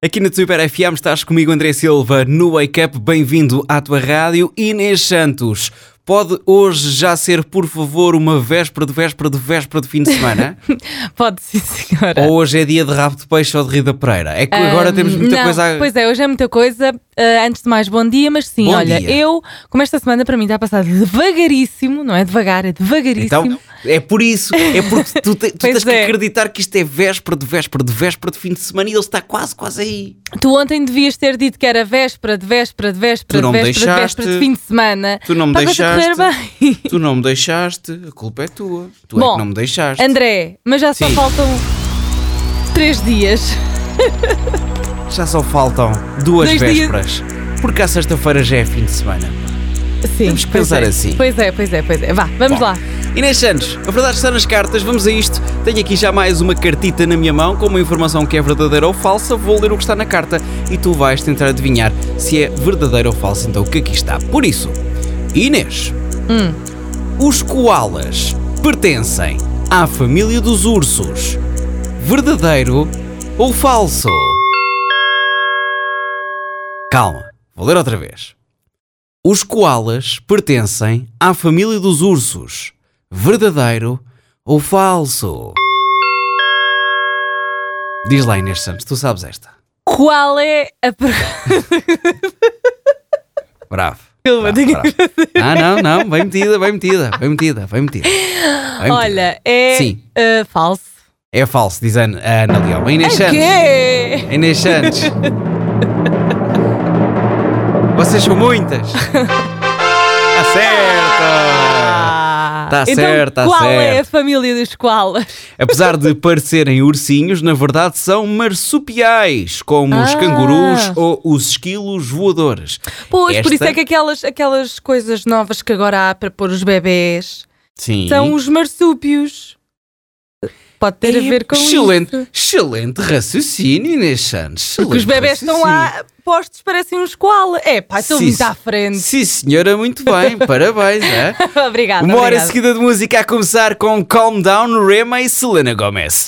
Aqui na Super FM estás comigo André Silva no Wake Up, bem-vindo à tua rádio Inês Santos. Pode hoje já ser, por favor, uma véspera de véspera de véspera de fim de semana? Pode, sim, senhora. ou hoje é dia de rabo de peixe ou de rio da Pereira? É que agora Ahm, temos muita não, coisa a... Pois é, hoje é muita coisa. Ah, antes de mais, bom dia, mas sim, Bom olha, dia. eu, como esta semana para mim está a passar devagaríssimo, não é devagar, é devagaríssimo. Então, é por isso, é porque tu, te- tu Pois tens que é. acreditar que isto é véspera de véspera de véspera de fim de semana e ele está quase, quase aí. Tu ontem devias ter dito que era véspera de véspera de véspera Tu não de me véspera de véspera de deixaste. fim de semana. Tu não me Está a coisa a deixaste. correr bem. Tu não me deixaste, a culpa é tua. Tu é Bom, que não me deixaste. André, mas já só Sim. faltam três dias. Já só faltam duas Dois dias. vésperas. Porque à sexta-feira já é fim de semana. Sim, Temos que pois pensar é. assim. Pois é, pois é, pois é. Vá, vamos Bom, lá. Inês Santos, a verdade está nas cartas, vamos a isto. Tenho aqui já mais uma cartita na minha mão com uma informação que é verdadeira ou falsa. Vou ler o que está na carta e tu vais tentar adivinhar se é verdadeira ou falsa, então o que aqui está. Por isso, Inês, Hum. os koalas pertencem à família dos ursos. Verdadeiro ou falso? Calma, vou ler outra vez. Os koalas pertencem à família dos ursos. Verdadeiro ou falso? Diz lá, Inês Santos, tu sabes esta. Qual é a pergunta? Bravo. Eu bravo, tenho- bravo. Ah, não, não, bem metida, bem metida, bem metida, bem metida. Bem metida. Olha, é Sim. ah, falso. É falso, diz a Ana, a Ana Leal. A Inês Santos. É quê? A Inês Santos. Vocês são muitas. Acerta! Tá então, certo, tá qual é a certo. família dos koalas? Apesar de parecerem ursinhos, na verdade são marsupiais, como os Ah. cangurus ou os esquilos voadores. Pois, por isso Esta- é que aquelas, aquelas coisas novas que agora há para pôr os bebés Sim. são os marsúpios. Pode ter a ver com É excelente, isso. Excelente raciocínio, Inês Santos. Porque os Excelente bebés estão raciocínio. lá postos, parecem uns koala. É, pá, estão Sim, muito sim. à frente. Sim, senhora, muito bem. Parabéns, é? obrigada. Uma hora obrigada. seguida de música a começar com Calm Down, Rema e Selena Gomez.